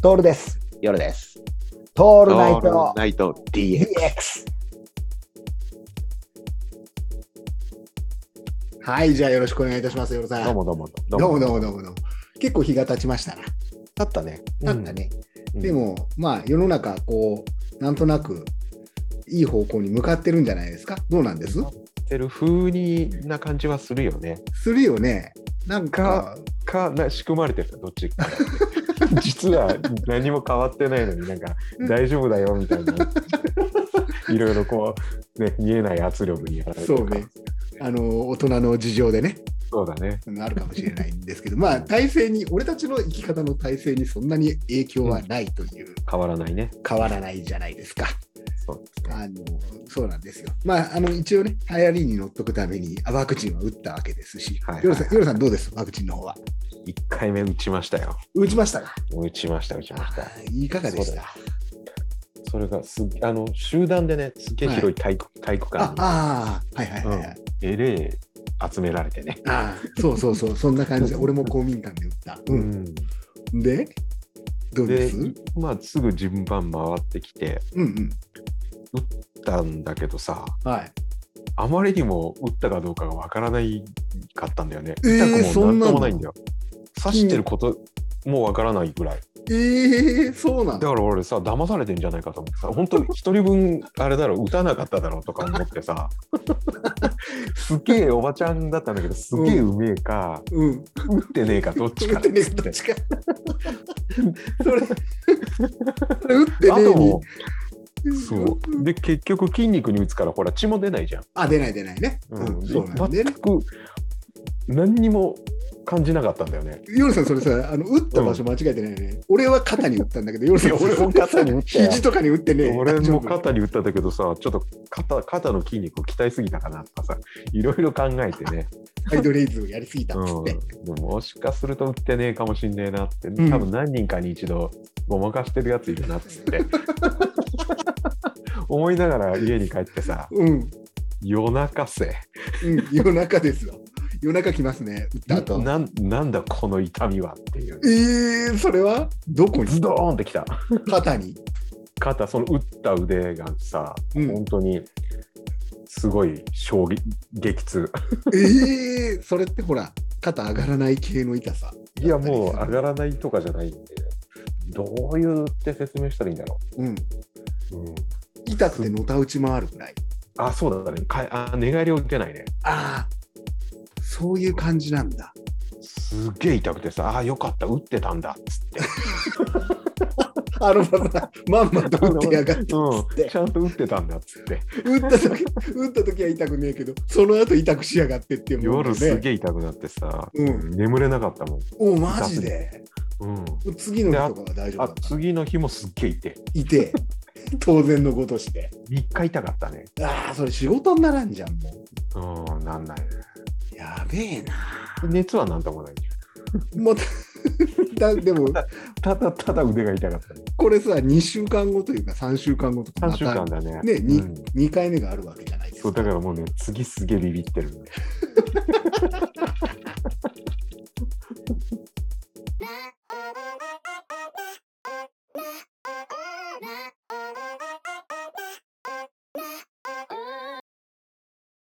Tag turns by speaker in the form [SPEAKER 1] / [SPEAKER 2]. [SPEAKER 1] トールです。
[SPEAKER 2] 夜です。
[SPEAKER 1] ト
[SPEAKER 2] オ
[SPEAKER 1] ールナイト
[SPEAKER 2] ナイト DX。
[SPEAKER 1] DX。はい、じゃあよろしくお願いいたします、よろさん。
[SPEAKER 2] どうもどうもど
[SPEAKER 1] どうもどうもどうもどうも結構日が経ちましたな。
[SPEAKER 2] だったね。
[SPEAKER 1] 経ったね。
[SPEAKER 2] うん。
[SPEAKER 1] でも、まあ世の中、こう、なんとなく、いい方向に向かってるんじゃないですかどうなんです
[SPEAKER 2] 向かってる風にな感じはするよね。
[SPEAKER 1] するよね。なんか、
[SPEAKER 2] かな仕組まれてるどっちか。 実は何も変わってないのになんか大丈夫だよみたいな。いろいろこうね見えない圧力にやられてる
[SPEAKER 1] そうね。あの、大人の事情でね、
[SPEAKER 2] そうだね。
[SPEAKER 1] あるかもしれないんですけど、まあ体制に、俺たちの生き方の体制にそんなに影響はないという、
[SPEAKER 2] 変わらないね。
[SPEAKER 1] 変わらないじゃないですか。
[SPEAKER 2] そうですね。
[SPEAKER 1] あのそうなんですよ。まあ、あの一応ね、流行りに乗っとくためにあワクチンは打ったわけですし、
[SPEAKER 2] はいはい
[SPEAKER 1] ヨロさんヨロさん、どうです、ワクチンの方は。
[SPEAKER 2] 一回目打ちましたよ。
[SPEAKER 1] 打ちましたか
[SPEAKER 2] 打ちました打ちました。
[SPEAKER 1] いかがでした
[SPEAKER 2] それがすっあの集団でねすっげえ広い体育、体育
[SPEAKER 1] あ
[SPEAKER 2] 館に
[SPEAKER 1] あー、はいはいはいはい。
[SPEAKER 2] えれえ集められてね。
[SPEAKER 1] ああそうそうそう、そんな感じで、俺も公民館で打った。うん
[SPEAKER 2] ん
[SPEAKER 1] で、どうで
[SPEAKER 2] です
[SPEAKER 1] うん
[SPEAKER 2] まあ、すぐ順番回ってきて
[SPEAKER 1] うん。
[SPEAKER 2] 打ったんだけどさ
[SPEAKER 1] はい。
[SPEAKER 2] あまりにも打ったかどうかがわからないかったんだよね。
[SPEAKER 1] えー
[SPEAKER 2] 痛くもなんと
[SPEAKER 1] そんなの
[SPEAKER 2] もないんだよ。刺してることもわからないぐらい。
[SPEAKER 1] ええそうなん
[SPEAKER 2] だから俺さ騙されてんじゃないかと思ってさ 本当一人分あれだろ打たなかっただろうとか思ってさすげえおばちゃんだったんだけどすげえうめえか、
[SPEAKER 1] うん。
[SPEAKER 2] 打ってねえかどっち
[SPEAKER 1] 打
[SPEAKER 2] か
[SPEAKER 1] ってねえ、 どっちか。それ、それ打って
[SPEAKER 2] あ
[SPEAKER 1] ねえ
[SPEAKER 2] と
[SPEAKER 1] に
[SPEAKER 2] も。そうで結局筋肉に打つからほら血も出ないじゃん。
[SPEAKER 1] あ、出ない出ないね。
[SPEAKER 2] う
[SPEAKER 1] うんん、そうなんでね
[SPEAKER 2] 全。く何にも感じなかったんだよね。
[SPEAKER 1] ヨルさん、それさ、あの打った場所間違えてないよね。俺は肩に打ったんだけど、ヨルさん、
[SPEAKER 2] いや俺も肩に打ったよ
[SPEAKER 1] 肘とかに打ってね。
[SPEAKER 2] 俺も
[SPEAKER 1] 大丈
[SPEAKER 2] 肩に打ったんだけどさ、ちょっと肩肩の筋肉を鍛えすぎたかなとかさ、いろいろ考えてね、
[SPEAKER 1] 夫ハイドレイズをやりすぎたっつ
[SPEAKER 2] う
[SPEAKER 1] っ
[SPEAKER 2] ん、
[SPEAKER 1] て。
[SPEAKER 2] でももしかすると打ってねえかもしんねえなって、
[SPEAKER 1] うん
[SPEAKER 2] 多分何人かに一度ごまかしてるやついるなっつって、 思いながら家に帰ってさ、
[SPEAKER 1] うん、うん、
[SPEAKER 2] 夜中せ、
[SPEAKER 1] 夜中ですよ。夜中来ますね、打った後。
[SPEAKER 2] なんなんだこの痛みはっていう、
[SPEAKER 1] えー、それはどこに
[SPEAKER 2] ズドーンってきた。
[SPEAKER 1] 肩に。
[SPEAKER 2] 肩その打った腕がさ、
[SPEAKER 1] うん
[SPEAKER 2] 本当にすごい衝撃激痛
[SPEAKER 1] えー、それってほら、肩上がらない系の痛さ。
[SPEAKER 2] いやもう上がらないとかじゃないんでどういうって説明したらいいんだろ
[SPEAKER 1] うん。
[SPEAKER 2] う、うん、
[SPEAKER 1] 痛くてのたうち回るぐらい。
[SPEAKER 2] あそうだねかあ寝返りを打てないね
[SPEAKER 1] ああ、そういう感じなんだ。
[SPEAKER 2] すげえ痛くてさあーよかった打ってたんだっつって
[SPEAKER 1] あのまま、まんまと打ってやがってっつって。
[SPEAKER 2] うん、ちゃんと打ってたんだっつって
[SPEAKER 1] 打った時打った時は痛くねえけどその後痛くしやがってって思う
[SPEAKER 2] 夜
[SPEAKER 1] の
[SPEAKER 2] す
[SPEAKER 1] ね
[SPEAKER 2] げえ痛くなってさ、
[SPEAKER 1] うん
[SPEAKER 2] 眠れなかったも
[SPEAKER 1] おうマジで
[SPEAKER 2] ん、うん、
[SPEAKER 1] 次の日とかは大丈夫
[SPEAKER 2] あ
[SPEAKER 1] だった
[SPEAKER 2] 次の日もすっげえ痛い
[SPEAKER 1] いて当然のごとして
[SPEAKER 2] 3日痛かったね
[SPEAKER 1] ああそれ仕事にならんじゃんもう
[SPEAKER 2] うんなんないね
[SPEAKER 1] やべえな
[SPEAKER 2] 熱はなんともない
[SPEAKER 1] また だでも
[SPEAKER 2] ただただ腕が痛かった、ね。
[SPEAKER 1] これさ2週間後というか3週間後とか
[SPEAKER 2] 3
[SPEAKER 1] ま
[SPEAKER 2] 週間
[SPEAKER 1] た
[SPEAKER 2] だね。
[SPEAKER 1] ねに
[SPEAKER 2] うん
[SPEAKER 1] 2回目があるわけじゃないです
[SPEAKER 2] そう
[SPEAKER 1] か
[SPEAKER 2] だからもうね、次すげえビビってるの。